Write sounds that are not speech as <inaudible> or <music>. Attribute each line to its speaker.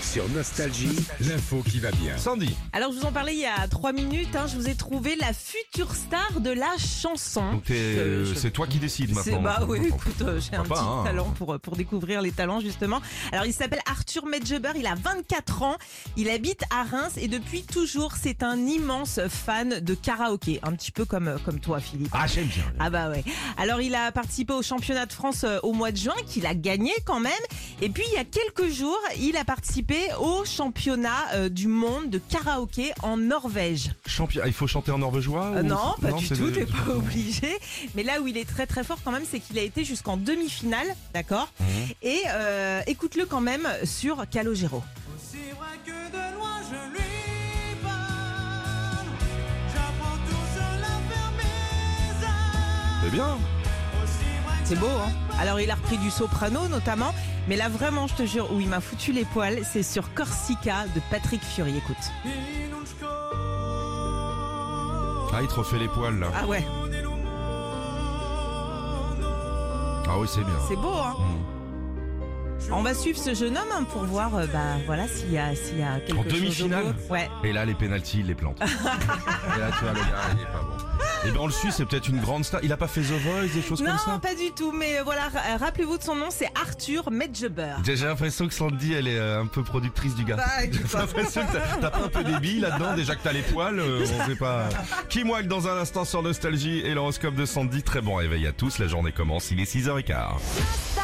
Speaker 1: Sur Nostalgie, l'info qui va bien.
Speaker 2: Sandy,
Speaker 3: Alors, je vous en parlais il y a trois minutes. hein, je vous ai trouvé la future star de la chanson.
Speaker 2: donc t'es-
Speaker 3: Euh, je-
Speaker 2: c'est toi qui décides
Speaker 3: C'est
Speaker 2: maintenant.
Speaker 3: bah oui, écoute, euh, j'ai un
Speaker 2: Papa,
Speaker 3: petit
Speaker 2: hein.
Speaker 3: talent pour euh, pour découvrir les talents justement. Alors il s'appelle Arthur Medjeber, il a 24 ans, il habite à Reims et depuis toujours c'est un immense fan de karaoké, un petit peu comme euh, comme toi Philippe.
Speaker 2: Ah j'aime bien.
Speaker 3: Ah bah ouais. Alors il a participé au championnat de France euh, au mois de juin, qu'il a gagné quand même. Et puis il y a quelques jours, il a participé au championnat euh, du monde de karaoké en Norvège.
Speaker 2: Champion, il faut chanter en norvégeois
Speaker 3: Euh,
Speaker 2: ou-
Speaker 3: non, pas du
Speaker 2: c'est
Speaker 3: tout,
Speaker 2: le-
Speaker 3: t'es pas obligé. Mais là où il est très très fort quand même, c'est qu'il a été jusqu'en demi-finale, d'accord
Speaker 2: Mhm.
Speaker 3: Et euh, écoute-le quand même sur Calogero.
Speaker 4: Aussi vrai que de loin je lui parle, j'apprends tout cela vers mes âmes.
Speaker 2: C'est bien.
Speaker 4: Aussi vrai que
Speaker 3: C'est beau, hein Alors il a repris du soprano notamment, mais là vraiment, je te jure, où il m'a foutu les poils, c'est sur Corsica de Patrick Fury, écoute.
Speaker 4: in uns kommt
Speaker 2: Ah il te refait les poils là.
Speaker 3: Ah ouais,
Speaker 4: und in um
Speaker 2: Ah oui c'est bien.
Speaker 3: c'est beau, hein
Speaker 2: Mm. Mhm.
Speaker 3: On va suivre ce jeune homme hein, pour voir, euh, bah voilà, s'il y a, s'il y a quelque
Speaker 2: En
Speaker 3: chose. au
Speaker 2: demi-finale
Speaker 3: bout. Ouais.
Speaker 2: Et là les pénalties il les plante. Et là tu vois le gars il est pas bon. Et ben on le suit c'est peut-être une grande star. Il a pas fait The Voice des choses
Speaker 3: Non,
Speaker 2: comme ça.
Speaker 3: pas du tout, mais euh, voilà, ra- euh, rappelez-vous de son nom, c'est Arthur Medjeber.
Speaker 2: J'ai j'ai l'impression que Sandy elle est euh, un peu productrice du gars. <laughs>
Speaker 3: Bah,
Speaker 2: J'ai
Speaker 3: écoute,
Speaker 2: l'impression que t'as- t'as pas un peu des billes
Speaker 3: <laughs>
Speaker 2: là-dedans, déjà que t'as les poils, euh, on sait pas. Qui moque dans un instant sur Nostalgie et l'horoscope de Sandy, très bon réveil à tous, la journée commence, il est 6h15.